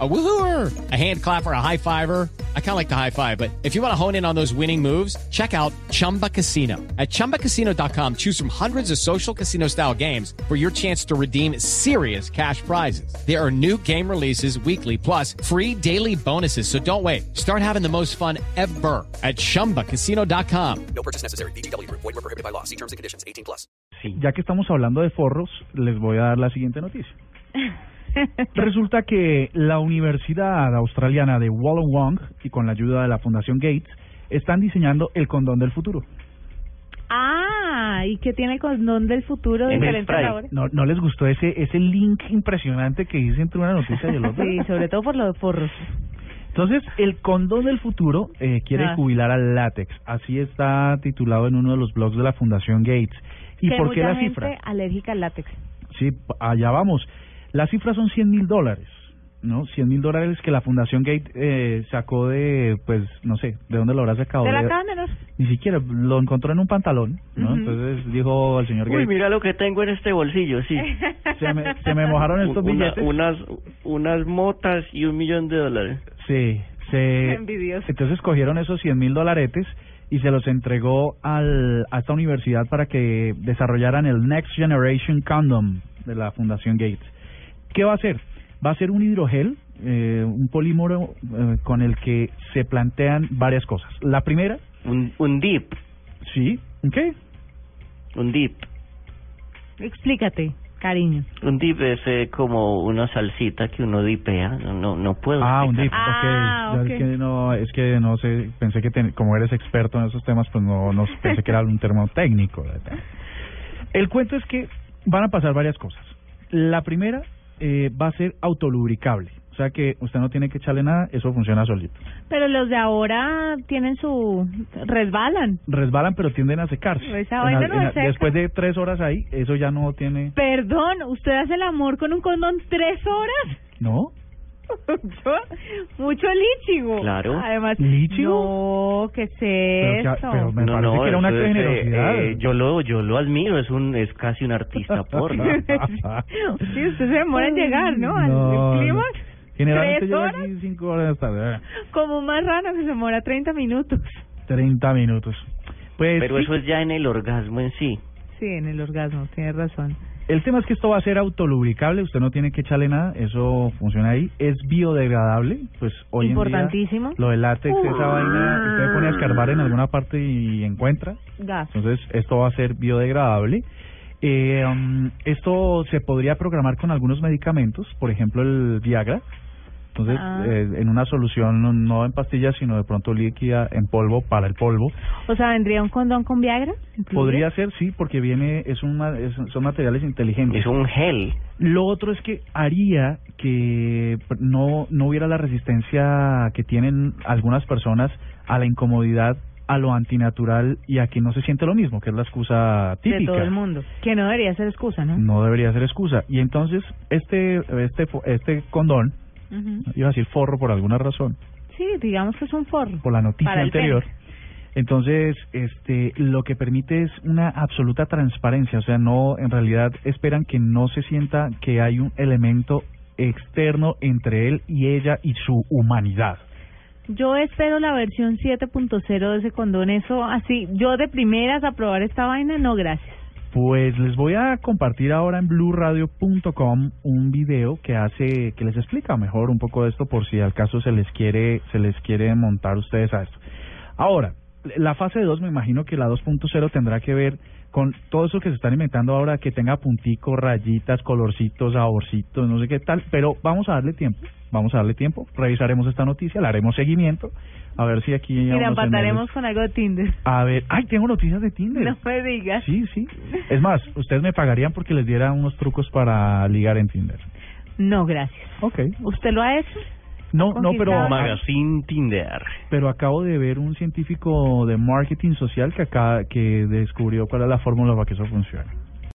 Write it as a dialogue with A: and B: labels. A: A woohooer, a hand clapper, a high fiver. I kind of like the high five, but if you want to hone in on those winning moves, check out Chumba Casino. At chumbacasino.com, choose from hundreds of social casino style games for your chance to redeem serious cash prizes. There are new game releases weekly, plus free daily bonuses. So don't wait. Start having the most fun ever at chumbacasino.com.
B: No purchase necessary. BGW. Void were prohibited by law. See terms and conditions. 18 plus.
C: Ya que estamos hablando de forros, les voy a dar la siguiente noticia. Resulta que la Universidad Australiana de Wollongong y con la ayuda de la Fundación Gates están diseñando el condón del futuro.
D: Ah, ¿y qué tiene el condón del futuro
E: En el
D: diferente a la
E: spray.
D: hora?
C: ¿No, no les gustó ese ese link impresionante que hice entre una noticia y el otro?
D: Sí, sobre todo por los forros.
C: Entonces, el condón del futuro eh, quiere
D: Ah.
C: jubilar al látex. Así está titulado en uno de los blogs de la Fundación Gates. ¿Y
D: Que
C: por
D: hay
C: qué
D: mucha
C: la
D: gente
C: cifra?
D: alérgica al látex.
C: Sí, p- allá vamos. Las cifras son 100 mil dólares, ¿no? 100 mil dólares que la Fundación Gate eh, sacó de, pues, no sé, ¿de dónde lo habrá sacado?
D: ¿Te la
C: De-
D: acaban de nos?
C: Ni siquiera, lo encontró en un pantalón, ¿no?
D: Ujú.
C: Entonces dijo el señor
E: Uy,
C: Gates,
E: mira lo que tengo en este bolsillo, sí.
C: se me, se me mojaron estos
E: Un- una-
C: billetes.
E: unas, unas motas y un millón de dólares.
C: Sí, se...
D: Envidioso.
C: Entonces cogieron esos 100 mil dolaretes y se los entregó al, a esta universidad para que desarrollaran el Next Generation Condom de la Fundación Gates. ¿Qué va a hacer? Va a ser un hidrogel, eh, un polímero eh, con el que se plantean varias cosas. La primera,
E: Un, un dip,
C: sí, ¿ok?
E: un dip.
D: Explícate, cariño.
E: Un dip es eh, como una salsita que uno dipea. No, no, no puedo.
C: Ah, un
E: explicar.
C: dip, ok.
D: Ah,
C: Ya
D: ok.
C: Es, que no, es que no sé, pensé que ten- como eres experto en esos temas, pues no, no pensé que era un término técnico. ¿verdad? El cuento es que van a pasar varias cosas. La primera eh, va a ser autolubricable, o sea que usted no tiene que echarle nada, eso funciona solito.
D: Pero los de ahora tienen su... resbalan.
C: Resbalan pero tienden a secarse.
D: Pues Esa vaina
C: al-
D: no se seca.
C: Después de tres horas ahí, eso ya no tiene...
D: Perdón, ¿usted hace el amor con un condón tres horas?
C: ¿No?
D: mucho, mucho líchigo.
E: Claro.
D: Además,
C: ¿Líchigo?
D: No, ¿qué es
C: Pero, que-
D: eso?
C: pero me
E: No,
C: parece
E: no,
C: que era una
E: eso es, eh,
C: generosidad.
E: eh, yo lo yo lo admiro, es un es casi un artista porno.
D: Sí, usted se demora en llegar, ¿no? Al
C: No,
D: clima.
C: no. Generalmente
D: ¿Tres
C: llega
D: horas?
C: aquí cinco horas tarde. eh.
D: Como un marrano que se demora 30 minutos.
C: 30 minutos. Pues
E: Pero
C: sí,
E: eso es ya en el orgasmo en sí.
D: Sí, en el orgasmo, tiene razón.
C: el tema es que esto va a ser autolubricable, usted no tiene que echarle nada, eso funciona ahí. Es biodegradable, pues hoy en día
D: Importantísimo.
C: lo del látex, esa vaina, usted pone a escarbar en alguna parte y encuentra.
D: Gas.
C: Entonces, esto va a ser biodegradable. Eh, um, esto se podría programar con algunos medicamentos, por ejemplo, el Viagra. Entonces,
D: Ah.
C: eh, en una solución no- no en pastillas, sino de pronto líquida en polvo para el polvo.
D: O sea, ¿vendría un condón con Viagra? ¿Incluye?
C: Podría ser, sí, porque viene, es un, ma- es- son materiales inteligentes.
E: Es un gel.
C: Lo otro es que haría que pr- no, no hubiera la resistencia que tienen algunas personas a la incomodidad, a lo antinatural y a que no se siente lo mismo, que es la excusa típica.
D: De todo el mundo. Que no debería ser excusa, ¿no?
C: No debería ser excusa. Y entonces, este, este, fo- este condón,
D: Ujú.
C: iba a decir forro por alguna razón,
D: Sí, digamos que es un forro.
C: por la noticia
D: Para el
C: anterior.
D: pene.
C: Entonces, este, lo que permite es una absoluta transparencia, o sea, no, en realidad esperan que no se sienta que hay un elemento externo entre él y ella y su humanidad.
D: Yo espero la versión 7.0 de ese condón. Eso así, yo de primeras a probar esta vaina, no gracias.
C: Pues les voy a compartir ahora en blueradio.com un video que hace que les explica mejor un poco de esto por si al caso se les quiere se les quiere montar ustedes a esto. Ahora, la fase 2 me imagino que la 2.0 tendrá que ver con todo eso que se están inventando ahora que tenga puntico, rayitas, colorcitos, saborcitos, no sé qué tal, pero vamos a darle tiempo, vamos a darle tiempo, revisaremos esta noticia, le haremos seguimiento, a ver si aquí a
D: Y la
C: unos señores-
D: empataremos con algo de Tinder.
C: A ver, ay, tengo noticias de Tinder.
D: No me digas.
C: Sí, sí. Es más, ustedes me pagarían porque les diera unos trucos para ligar en Tinder.
D: No, gracias.
C: Ok.
D: ¿Usted lo ha hecho?
C: No, no, pero,
D: Conquistado.
E: Magazine Tinder.
C: pero acabo de ver un científico de marketing social que acá que descubrió cuál es la fórmula para que eso funcione.